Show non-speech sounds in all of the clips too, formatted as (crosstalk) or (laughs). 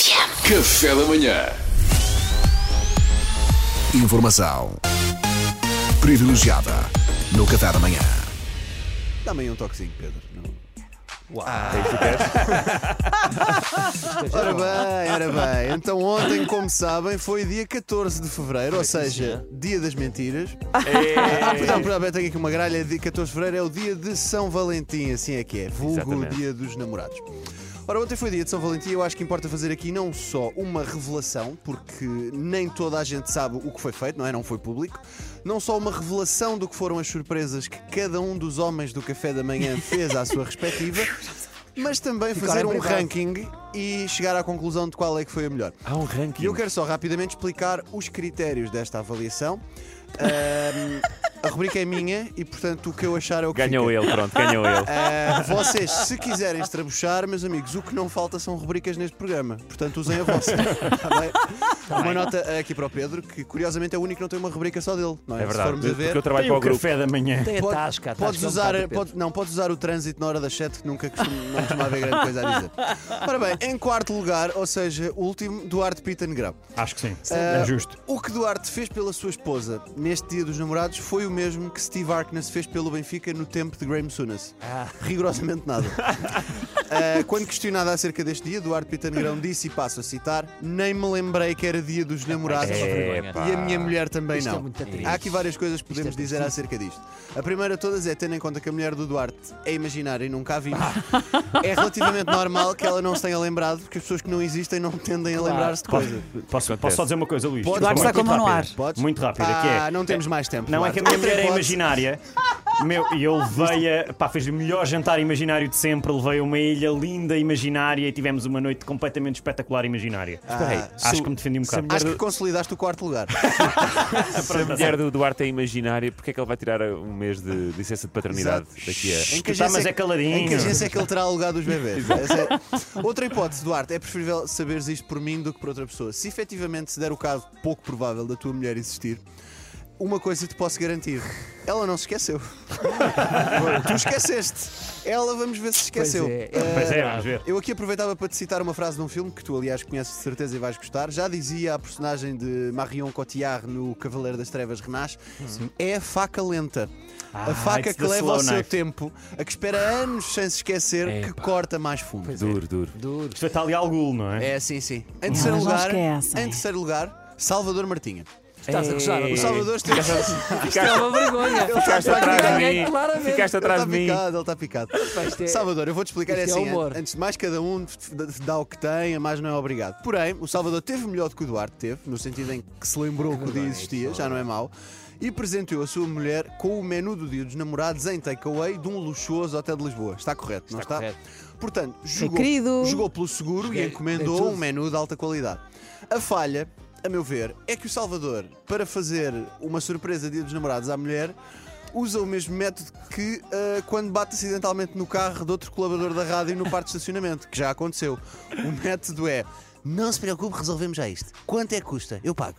Café da manhã. Informação privilegiada no Café da Manhã. Dá-me aí um toquezinho, Pedro. Não. Ora bem, ora bem. Então ontem, como sabem, foi dia 14 de Fevereiro, ou seja, dia das mentiras. Ah, perdão, perdão, eu tenho aqui uma gralha de 14 de Fevereiro, é o dia de São Valentim, assim é que é, vulgo Exatamente. dia dos namorados. Ora, ontem foi dia de São Valentim, eu acho que importa fazer aqui não só uma revelação, porque nem toda a gente sabe o que foi feito, não é? Não foi público. Não só uma revelação do que foram as surpresas que cada um dos homens do café da manhã fez à sua (laughs) respectiva, mas também fazer um ranking e chegar à conclusão de qual é que foi a melhor. Há um ranking. E eu quero só rapidamente explicar os critérios desta avaliação. Ahm, a rubrica é minha e, portanto, o que eu achar é o que Ganhou fica. ele, pronto, ganhou (laughs) ele. Ah, vocês, se quiserem estrabuchar, meus amigos, o que não falta são rubricas neste programa. Portanto, usem a vossa. Tá bem? uma nota aqui para o Pedro, que curiosamente é o único que não tem uma rubrica só dele. Não é? É se verdade, formos a ver. porque eu trabalho para o grupo. da manhã. Tem Pode- a tasca, a tasca Podes é um usar, eh, bocado apetente. pode- não, podes usar o trânsito na hora das 7 que nunca costuma, não costuma haver grande coisa a dizer. Ora bem, em quarto lugar, ou seja, o último, Duarte Pita Negrão. Acho que sim. Ah, É justo. O que Duarte fez pela sua esposa neste dia dos namorados foi o mesmo que Steve Arkness fez pelo Benfica no tempo de Graham Souness. Ah. Rigorosamente (laughs) nada. Ah, quando questionado acerca deste dia, Duarte Pita Negrão disse, e passo a citar, nem me lembrei que era dia dos namorados. É, pá. E a minha mulher também Isto é não. muito triste. Há aqui várias coisas que podemos Isto é dizer acerca disto. A primeira de todas é, tendo em conta que a mulher do Duarte é imaginária e nunca a vimos, Ah. é relativamente normal que ela não se tenha lembrado, porque as pessoas que não existem não tendem a lembrar-se de coisas. Posso, posso só dizer uma coisa, Luís? Pode. Duarte Desculpa, está muito com a mão no rápida. ar. Podes? Muito rápida, que Ah, é. não temos mais tempo. Não, é Duarte. que a minha Outra mulher é hipótese. imaginária. Meu, e eu levei-a, pá, fez o melhor jantar imaginário de sempre. Levei a uma ilha linda, imaginária, e tivemos uma noite completamente espetacular, imaginária. Ah, Acho que me defendi um bocado. Acho que consolidaste o quarto lugar. Se a mulher do Duarte é imaginária, porque é que ele vai tirar um mês de licença de paternidade daqui a. Em que (laughs) Tá, agência mas que- é caladinho. Em que agência é que ele terá alugado os (laughs) bebés? Essa é- Outra hipótese, Duarte, é preferível saberes isto por mim do que por outra pessoa. Se efetivamente se der o caso pouco provável da tua mulher existir, uma coisa te posso garantir: ela não se (laughs) esqueceu. tu esqueceste. Ela, vamos ver se se esqueceu. é. Eh, Pois é, vamos ver. Eu aqui aproveitava para te citar uma frase de um filme que tu, aliás, conheces de certeza e vais gostar. Já dizia a personagem de Marion Cotillard no Cavaleiro das Trevas Renasce: é a faca lenta. a Uhum. Ah, faca it's que the leva slow ao seu knife. tempo, a que espera anos sem se esquecer, que corta mais fundo. Duro, duro. Duro. Isto é tal e algum, não é? É, sim, sim. Em terceiro, mas acho lugar, que é essa, em é. terceiro lugar, Salvador Martinha. Estás a gozar. O Salvador esteve. (laughs) Isto é uma vergonha. Ficaste atrás de Ganhei mim. claramente. Ficaste Ele atrás está de mim. picado, ele está (laughs) picado. isto é- Salvador, eu vou te explicar é isto é assim. humor. an- Antes de mais, cada um f- f- dá o que tem, a mais não é obrigado. Porém, o Salvador teve melhor do que o Duarte teve, no sentido em que se lembrou que o dia existia, já não é mau, e presenteou a sua mulher com o menu do dia dos namorados em takeaway de um luxuoso hotel de Lisboa. Está correto, não está? correto. Portanto, jogou, querido. jogou pelo seguro e Joguei- dei encomendou tudo. um menu de alta qualidade. A falha, a meu ver, é que o Salvador, para fazer uma surpresa dia dos namorados à mulher, usa o mesmo método que ah, quando bate acidentalmente no carro de outro colaborador da rádio no parque de estacionamento, que já aconteceu. O método é. Não se preocupe, resolvemos já isto. Quanto é que custa? Eu pago.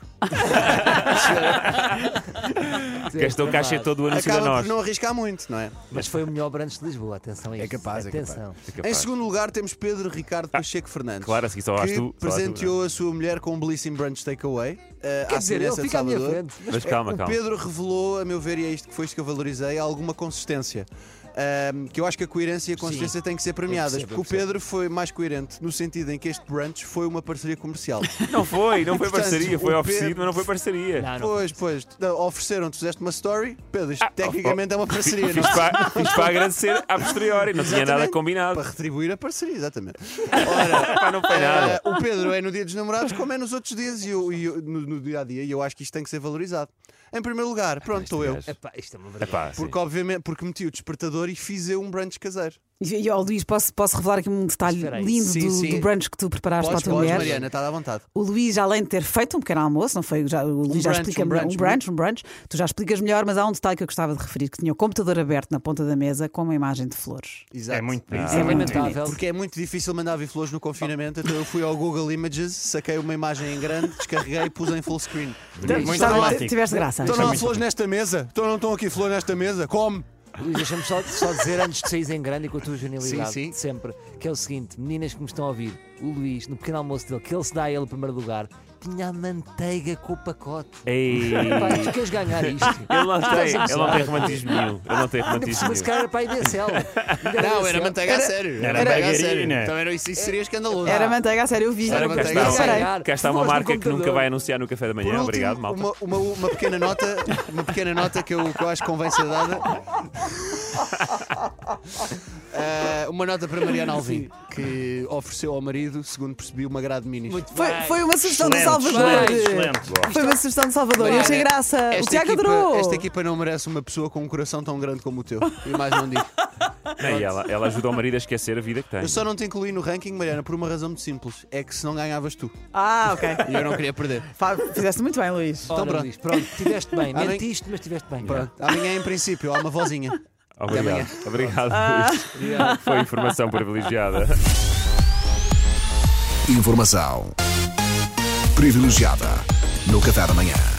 Gastou o cachê todo o anúncio da Acaba nós. por não arriscar muito, não é? Mas foi o melhor branch de Lisboa, atenção a isto. É capaz, é capaz. atenção. Em segundo lugar temos Pedro Ricardo Ah, Pacheco Fernandes. Claro, a seguir só que vais tu. é? só vais tu, presenteou a sua mulher com um belíssimo brunch takeaway. Uh, Quer à dizer, ele semelhança de fica à minha Salvador. frente. não é? Mas calma, o calma. Pedro revelou, a meu ver, e é isto que foi isto que eu valorizei, alguma consistência. Um, que eu acho que a coerência e a consistência têm que ser premiadas, percebo, eu porque o percebo. Pedro foi mais coerente no sentido em que este brunch foi uma parceria comercial. Não foi, não foi Portanto, parceria. o Foi Pedro- oferecido, mas não foi parceria. Não, não. pois, pois, t- ofereceram-te, fizeste uma story, Pedro, isto tecnicamente é uma (laughs) parceria, não Fiz para, fiz para agradecer a posteriori, não tinha nada Exatamente. combinado. Para retribuir a parceria, exatamente. Pá, não foi nada. Eh, o Pedro é no dia dos namorados, como é nos outros dias e eu, e eu- no, no dia a dia, e eu acho que isto tem que ser valorizado. Em primeiro lugar, pronto, estou eu. Epá, isto é uma vergonha. Pá, sim. Porque, obviamente, porque meti o despertador e fiz eu um brunch caseiro. E, e, ó, Luís, posso, posso revelar aqui um detalhe Espera aí. lindo Sim, do, sim. do brunch que tu preparaste Podes, para a tua podes, mulher? Mariana, está à vontade. O Luís, além de ter feito um pequeno almoço, não foi? Já, o Luís já brunch, explica um melhor- brunch, um brunch, um brunch. Tu já explicas melhor, mas há um detalhe que eu gostava de referir: que tinha o computador aberto na ponta da mesa com uma imagem de flores. Exato. É muito bonito. É Ah, muito lamentável. Porque é muito difícil mandar vir flores no confinamento, então eu fui ao Google Images, saquei uma imagem em grande, descarreguei e pus em full screen. Muito Estava- dramático. tiveste graça. Então não há flores nesta mesa? Então não estão aqui flores nesta mesa? Come! Luís, deixa-me só, só dizer antes de sair em grande e com a tua genialidade Sim, sim. sempre, que é o seguinte, meninas que me estão a ouvir, o Luís, no pequeno almoço dele, que ele se dá a ele em primeiro lugar, tinha a manteiga com o pacote. Ei. Pá, tu queres ganhar isto? Ele não tem, ele não tem romantismo nenhum. Ele não tem Ainda por romantismo cima, nenhum. se calhar era para a IDSL. Não, era manteiga a sério. era manteiga a margarina. sério. Então era isso, isso seria escandaloso. Era manteiga a sério, eu vi. Era Eu é manteiga a reparei. sério. Cá está é uma Voz do marca que nunca computador. vai anunciar no café da manhã. Obrigado, malta. uma, uma, uma pequena nota, uma pequena nota que eu, que eu acho que convém ser dada. Ah, uma nota para Mariana Alvim, que ofereceu ao marido, segundo percebi, uma grade mini. Muito Foi, bem. foi uma sugestão do Excelente, Salvador. excelente, excelente. Foi uma sugestão do Salvador. Eu achei graça. O Esta Tiago equipa- adorou. Esta equipa não merece uma pessoa com um coração tão grande como o teu. E mais não digo. Não, e ela, ela ajuda o marido a esquecer a vida que tem. Eu só não te incluí no ranking, Mariana, por uma razão muito simples. É que se não ganhavas tu. Ah, ok. E eu não queria perder. Então Fa- Fizeste muito bem, Luís. Ora, pronto. Luís, pronto, estiveste bem. Amém. Mentiste, mas estiveste bem. Pronto. Amanhã, em princípio, há uma vozinha. Obrigado. Obrigado, Ah. Luís. Foi (laughs) informação privilegiada. Informação privilegiada no Café da Manhã.